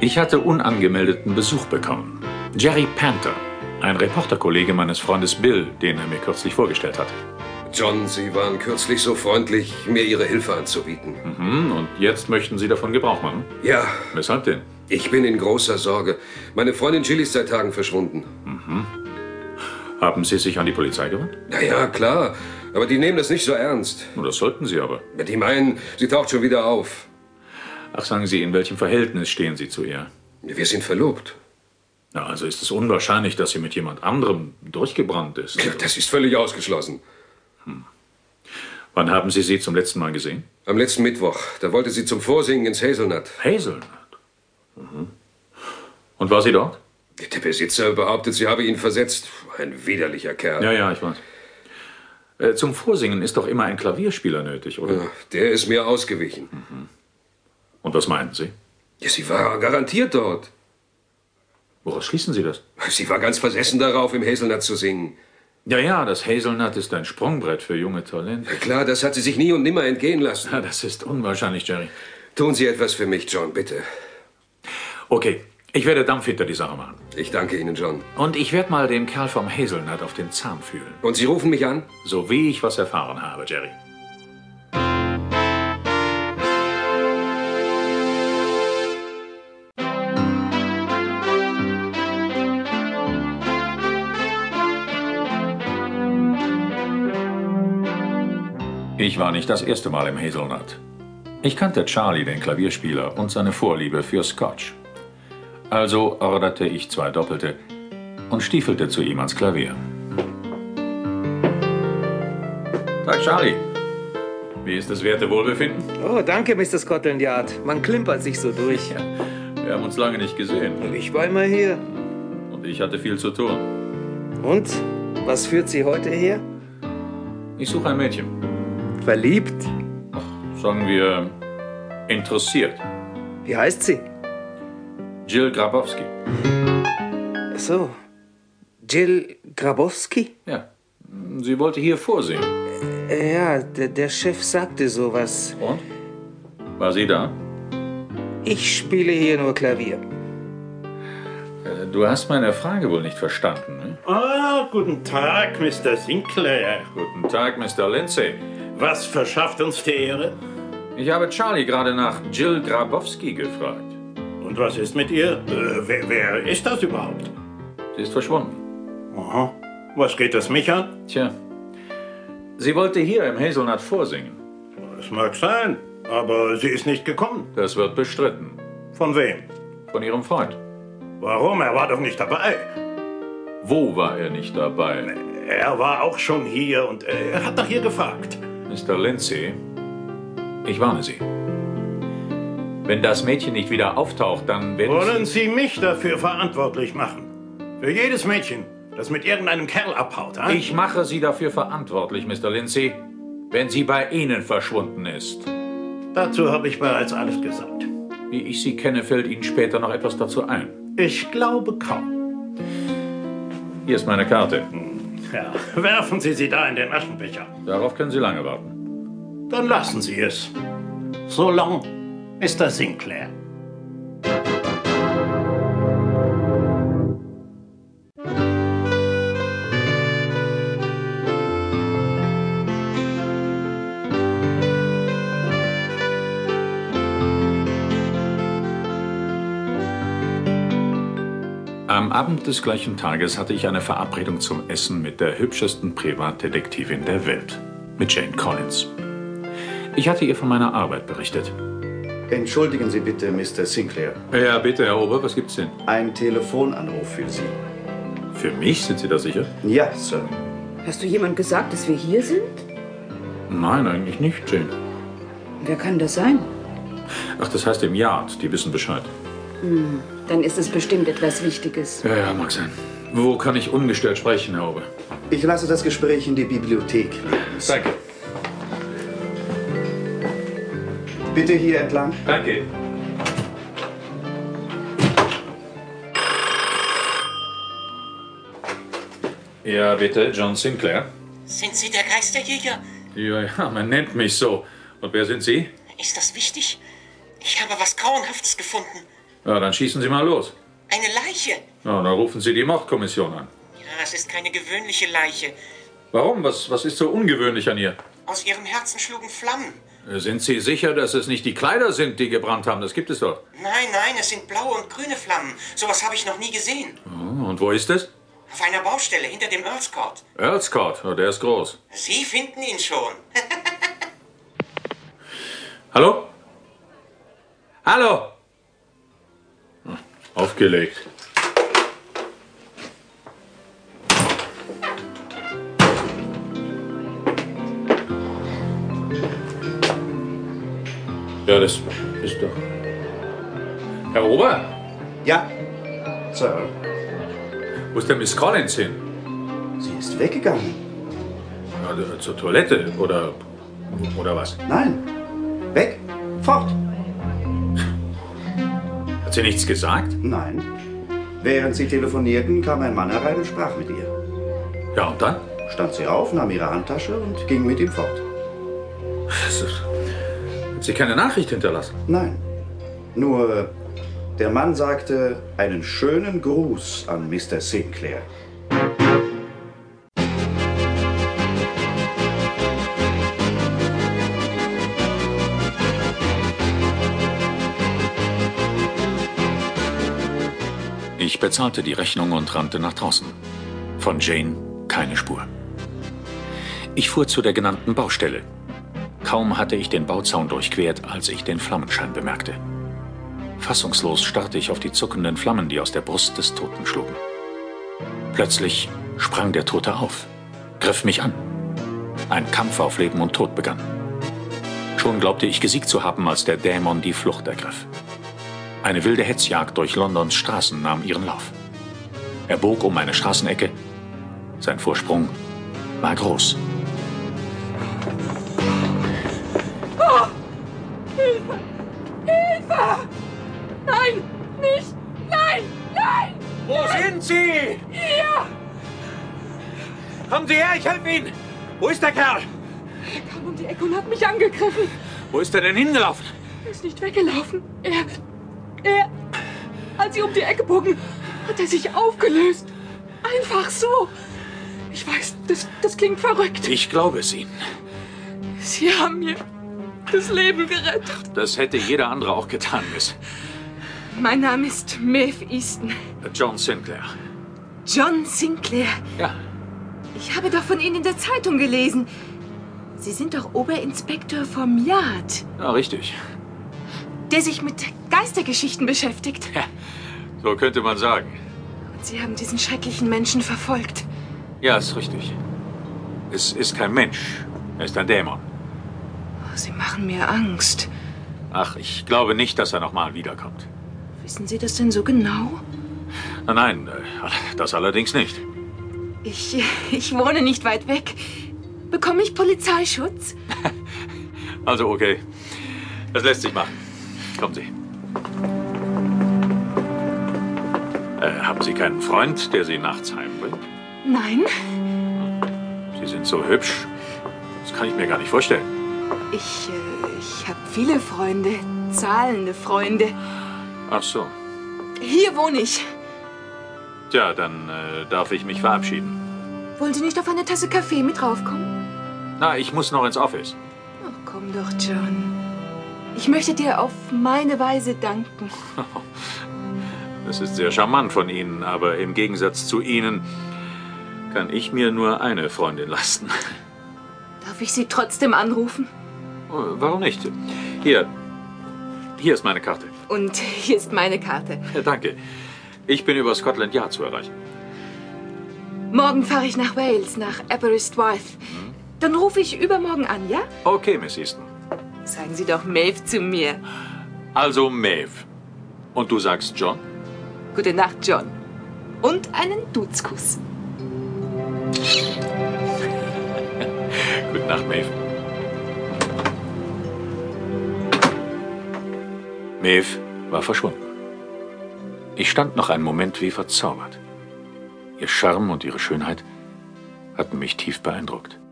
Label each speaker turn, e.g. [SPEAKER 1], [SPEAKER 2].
[SPEAKER 1] Ich hatte unangemeldeten Besuch bekommen. Jerry Panther, ein Reporterkollege meines Freundes Bill, den er mir kürzlich vorgestellt hat.
[SPEAKER 2] John, Sie waren kürzlich so freundlich, mir Ihre Hilfe anzubieten.
[SPEAKER 1] Mhm, und jetzt möchten Sie davon Gebrauch machen?
[SPEAKER 2] Ja,
[SPEAKER 1] Weshalb denn?
[SPEAKER 2] ich bin in großer Sorge. Meine Freundin Jill ist seit Tagen verschwunden.
[SPEAKER 1] Haben Sie sich an die Polizei gewandt?
[SPEAKER 2] Naja, klar, aber die nehmen das nicht so ernst.
[SPEAKER 1] Nun, das sollten Sie aber.
[SPEAKER 2] Die meinen, sie taucht schon wieder auf.
[SPEAKER 1] Ach, sagen Sie, in welchem Verhältnis stehen Sie zu ihr?
[SPEAKER 2] Wir sind verlobt.
[SPEAKER 1] Na, also ist es unwahrscheinlich, dass sie mit jemand anderem durchgebrannt ist.
[SPEAKER 2] Ja, Das ist völlig ausgeschlossen.
[SPEAKER 1] Wann haben Sie sie zum letzten Mal gesehen?
[SPEAKER 2] Am letzten Mittwoch, da wollte sie zum Vorsingen ins Hazelnut.
[SPEAKER 1] Hazelnut. Mhm. Und war sie dort?
[SPEAKER 2] Der Besitzer behauptet, sie habe ihn versetzt. Ein widerlicher Kerl.
[SPEAKER 1] Ja, ja, ich weiß. Äh, zum Vorsingen ist doch immer ein Klavierspieler nötig, oder?
[SPEAKER 2] Der ist mir ausgewichen.
[SPEAKER 1] Und was meinen Sie?
[SPEAKER 2] Ja, sie war garantiert dort.
[SPEAKER 1] Woraus schließen Sie das?
[SPEAKER 2] Sie war ganz versessen darauf, im Hazelnut zu singen.
[SPEAKER 1] Ja, ja, das Hazelnut ist ein Sprungbrett für junge Talente.
[SPEAKER 2] Klar, das hat sie sich nie und nimmer entgehen lassen.
[SPEAKER 1] Ja, das ist unwahrscheinlich, Jerry.
[SPEAKER 2] Tun Sie etwas für mich, John, bitte.
[SPEAKER 1] Okay, ich werde Dampf hinter die Sache machen.
[SPEAKER 2] Ich danke Ihnen, John.
[SPEAKER 1] Und ich werde mal dem Kerl vom Hazelnut auf den Zahn fühlen.
[SPEAKER 2] Und Sie rufen mich an?
[SPEAKER 1] So wie ich was erfahren habe, Jerry. Ich war nicht das erste Mal im Hazelnut. Ich kannte Charlie, den Klavierspieler, und seine Vorliebe für Scotch. Also orderte ich zwei Doppelte und stiefelte zu ihm ans Klavier. Tag, Charlie. Wie ist das werte Wohlbefinden?
[SPEAKER 3] Oh, danke, Mr. Scotland Yard. Man klimpert sich so durch.
[SPEAKER 1] Wir haben uns lange nicht gesehen
[SPEAKER 3] Ich war immer hier.
[SPEAKER 1] und ich hatte viel zu tun.
[SPEAKER 3] Und? Was führt Sie heute her?
[SPEAKER 1] Ich suche ein Mädchen.
[SPEAKER 3] Verliebt.
[SPEAKER 1] Sagen wir interessiert.
[SPEAKER 3] Wie heißt sie?
[SPEAKER 1] Jill Grabowski.
[SPEAKER 3] Ach So. Jill Grabowski?
[SPEAKER 1] Ja. Sie wollte hier vorsehen.
[SPEAKER 3] Äh, Ja, der, der Chef sagte sowas.
[SPEAKER 1] Und? War sie da?
[SPEAKER 3] Ich spiele hier nur Klavier.
[SPEAKER 1] Äh, Du hast meine Frage wohl nicht verstanden. Ne?
[SPEAKER 4] Ah, guten Tag, Mr. Sinclair.
[SPEAKER 1] Guten Tag, Mr. Lindsay.
[SPEAKER 4] Was verschafft uns die Ehre?
[SPEAKER 1] Ich habe Charlie gerade nach Jill Grabowski gefragt.
[SPEAKER 4] Und was ist mit ihr? Äh, wer, wer ist das überhaupt?
[SPEAKER 1] Sie ist verschwunden.
[SPEAKER 4] Aha. Was geht das mich an?
[SPEAKER 1] Tja. Sie wollte hier im Hazelnut vorsingen.
[SPEAKER 4] Es mag sein, aber sie ist nicht gekommen.
[SPEAKER 1] Das wird bestritten.
[SPEAKER 4] Von wem?
[SPEAKER 1] Von ihrem Freund.
[SPEAKER 4] Warum? Er war doch nicht dabei.
[SPEAKER 1] Wo war er nicht dabei?
[SPEAKER 4] Er war auch schon hier und äh, er hat nach ihr gefragt.
[SPEAKER 1] Mr. Lindsay, ich warne Sie. Wenn das Mädchen nicht wieder auftaucht, dann werden
[SPEAKER 4] Wollen Sie mich dafür verantwortlich machen? Für jedes Mädchen, das mit irgendeinem Kerl abhaut,
[SPEAKER 1] Sie...
[SPEAKER 4] hm?
[SPEAKER 1] Ich mache Sie dafür verantwortlich, Mr. Lindsay, wenn sie bei Ihnen verschwunden ist.
[SPEAKER 4] Dazu habe ich bereits alles gesagt.
[SPEAKER 1] Wie ich Sie kenne, fällt Ihnen später noch etwas dazu ein.
[SPEAKER 4] Ich glaube kaum.
[SPEAKER 1] Hier ist meine Karte.
[SPEAKER 4] Ja, werfen Sie sie da in den Aschenbecher.
[SPEAKER 1] Darauf können Sie lange warten.
[SPEAKER 4] Dann lassen Sie es. So long, Mr. Sinclair.
[SPEAKER 1] Am Abend des gleichen Tages hatte ich eine Verabredung zum Essen mit der hübschesten Privatdetektivin der Welt, mit Jane Collins. Ich hatte ihr von meiner Arbeit berichtet.
[SPEAKER 5] Entschuldigen Sie bitte, Mr. Sinclair.
[SPEAKER 1] Ja, bitte, Herr Ober, was gibt's denn?
[SPEAKER 5] Ein Telefonanruf für Sie.
[SPEAKER 1] Für mich sind Sie da sicher?
[SPEAKER 5] Ja, Sir.
[SPEAKER 6] Hast du jemand gesagt, dass wir hier sind?
[SPEAKER 1] Nein, eigentlich nicht, Jane.
[SPEAKER 6] Wer kann das sein?
[SPEAKER 1] Ach, das heißt im Yard, die wissen Bescheid.
[SPEAKER 6] Dann ist es bestimmt etwas Wichtiges.
[SPEAKER 1] Ja, ja, mag sein. Wo kann ich ungestört sprechen, Herr Ober?
[SPEAKER 5] Ich lasse das Gespräch in die Bibliothek.
[SPEAKER 1] Danke.
[SPEAKER 5] Bitte hier entlang.
[SPEAKER 1] Danke. Ja, bitte, John Sinclair.
[SPEAKER 7] Sind Sie der Geisterjäger?
[SPEAKER 1] Ja, ja, man nennt mich so. Und wer sind Sie?
[SPEAKER 7] Ist das wichtig? Ich habe was Grauenhaftes gefunden.
[SPEAKER 1] Ja, dann schießen Sie mal los.
[SPEAKER 7] Eine Leiche.
[SPEAKER 1] Ja, dann rufen Sie die Mordkommission an.
[SPEAKER 7] Ja, es ist keine gewöhnliche Leiche.
[SPEAKER 1] Warum? Was, was ist so ungewöhnlich an ihr?
[SPEAKER 7] Aus ihrem Herzen schlugen Flammen.
[SPEAKER 1] Äh, Sind Sie sicher, dass es nicht die Kleider sind, die gebrannt haben? Das gibt es doch.
[SPEAKER 7] Nein, nein, es sind blaue und grüne Flammen. Sowas habe ich noch nie gesehen.
[SPEAKER 1] Oh, Und wo ist es?
[SPEAKER 7] Auf einer Baustelle hinter dem Earls Court.
[SPEAKER 1] Earl's Court. Oh, der ist groß.
[SPEAKER 7] Sie finden ihn schon.
[SPEAKER 1] Hallo? Hallo? Hm, Aufgelegt. Ja, das ist doch. Herr Ober,
[SPEAKER 5] Ja, Sir.
[SPEAKER 1] wo ist denn Miss Collins hin?
[SPEAKER 5] Sie ist weggegangen.
[SPEAKER 1] Ja, d- zur Toilette oder. oder was?
[SPEAKER 5] Nein. Weg. Fort.
[SPEAKER 1] Hat sie nichts gesagt?
[SPEAKER 5] Nein. Während sie telefonierten, kam ein Mann herein und sprach mit ihr.
[SPEAKER 1] Ja, und dann?
[SPEAKER 5] Stand sie auf, nahm ihre Handtasche und ging mit ihm fort.
[SPEAKER 1] Das ist- Hat sie keine Nachricht hinterlassen?
[SPEAKER 5] Nein. Nur der Mann sagte einen schönen Gruß an Mr. Sinclair.
[SPEAKER 1] Ich bezahlte die Rechnung und rannte nach draußen. Von Jane keine Spur. Ich fuhr zu der genannten Baustelle. Kaum hatte ich den Bauzaun durchquert, als ich den Flammenschein bemerkte. Fassungslos starrte ich auf die zuckenden Flammen, die aus der Brust des Toten schlugen. Plötzlich sprang der Tote auf, griff mich an. Ein Kampf auf Leben und Tod begann. Schon glaubte ich gesiegt zu haben, als der Dämon die Flucht ergriff. Eine wilde Hetzjagd durch Londons Straßen nahm ihren Lauf. Er bog um eine Straßenecke. Sein Vorsprung war groß.
[SPEAKER 8] Nein, nicht! Nein, nein!
[SPEAKER 4] Wo sind Sie?
[SPEAKER 8] Ja!
[SPEAKER 4] Kommen Sie her, ich helfe Ihnen. Wo ist der Kerl?
[SPEAKER 8] Er kam um die Ecke und hat mich angegriffen.
[SPEAKER 4] Wo ist er denn hingelaufen?
[SPEAKER 8] Er ist nicht weggelaufen. Er. Er. Als sie um die Ecke bogen, hat er sich aufgelöst. Einfach so. Ich weiß, das, das klingt verrückt.
[SPEAKER 1] Ich glaube es Ihnen.
[SPEAKER 8] Sie haben mir das Leben gerettet.
[SPEAKER 1] Das hätte jeder andere auch getan, Miss.
[SPEAKER 8] Mein Name ist Maeve Easton.
[SPEAKER 1] John Sinclair.
[SPEAKER 8] John Sinclair.
[SPEAKER 1] Ja.
[SPEAKER 8] Ich habe doch von Ihnen in der Zeitung gelesen. Sie sind doch Oberinspektor vom Yard,
[SPEAKER 1] Ja, richtig.
[SPEAKER 8] der sich mit Geistergeschichten beschäftigt.
[SPEAKER 1] So könnte man sagen.
[SPEAKER 8] Sie haben diesen schrecklichen Menschen verfolgt.
[SPEAKER 1] Ja, ist richtig. Es ist kein Mensch. Er ist ein Dämon.
[SPEAKER 8] Oh, Sie machen mir Angst.
[SPEAKER 1] Ach, ich glaube nicht, dass er nochmal wiederkommt.
[SPEAKER 8] Wissen Sie das denn so genau?
[SPEAKER 1] Ah, Nein, äh, das allerdings nicht.
[SPEAKER 8] Ich, ich wohne nicht weit weg. Bekomme ich Polizeischutz?
[SPEAKER 1] Also okay. Das lässt sich machen. Kommen Sie. Äh, haben Sie keinen Freund, der Sie nachts heimbringt?
[SPEAKER 8] Nein,
[SPEAKER 1] Sie sind so hübsch. Das kann ich mir gar nicht vorstellen.
[SPEAKER 8] ich, äh, ich habe viele Freunde, zahlende Freunde.
[SPEAKER 1] Ach so.
[SPEAKER 8] Hier wohne ich.
[SPEAKER 1] Tja, dann äh, darf ich mich verabschieden.
[SPEAKER 8] Wollen Sie nicht auf eine Tasse Kaffee mit raufkommen?
[SPEAKER 1] Na, ich muss noch ins Office.
[SPEAKER 8] Oh, komm doch, John. Ich möchte dir auf meine Weise danken.
[SPEAKER 1] Das ist sehr charmant von Ihnen, aber im Gegensatz zu Ihnen kann ich mir nur eine Freundin Äh, leisten.
[SPEAKER 8] Darf ich Sie trotzdem anrufen?
[SPEAKER 1] Äh, Warum nicht? Hier. Hier ist meine Karte.
[SPEAKER 8] Und hier ist meine Karte.
[SPEAKER 1] Ja, danke. Ich bin über Scotland Yard zu erreichen.
[SPEAKER 8] Morgen fahre ich nach Wales, nach Aberystwyth. Dann rufe ich übermorgen an, ja?
[SPEAKER 1] Okay, Miss Easton.
[SPEAKER 8] Sagen Sie doch Maeve zu mir.
[SPEAKER 1] Also Maeve. Und du sagst John?
[SPEAKER 8] Gute Nacht, John. Und einen Duzkuss.
[SPEAKER 1] Gute Nacht, Maeve. Maeve war verschwunden. Ich stand noch einen Moment wie verzaubert. Ihr Charme und ihre Schönheit hatten mich tief beeindruckt.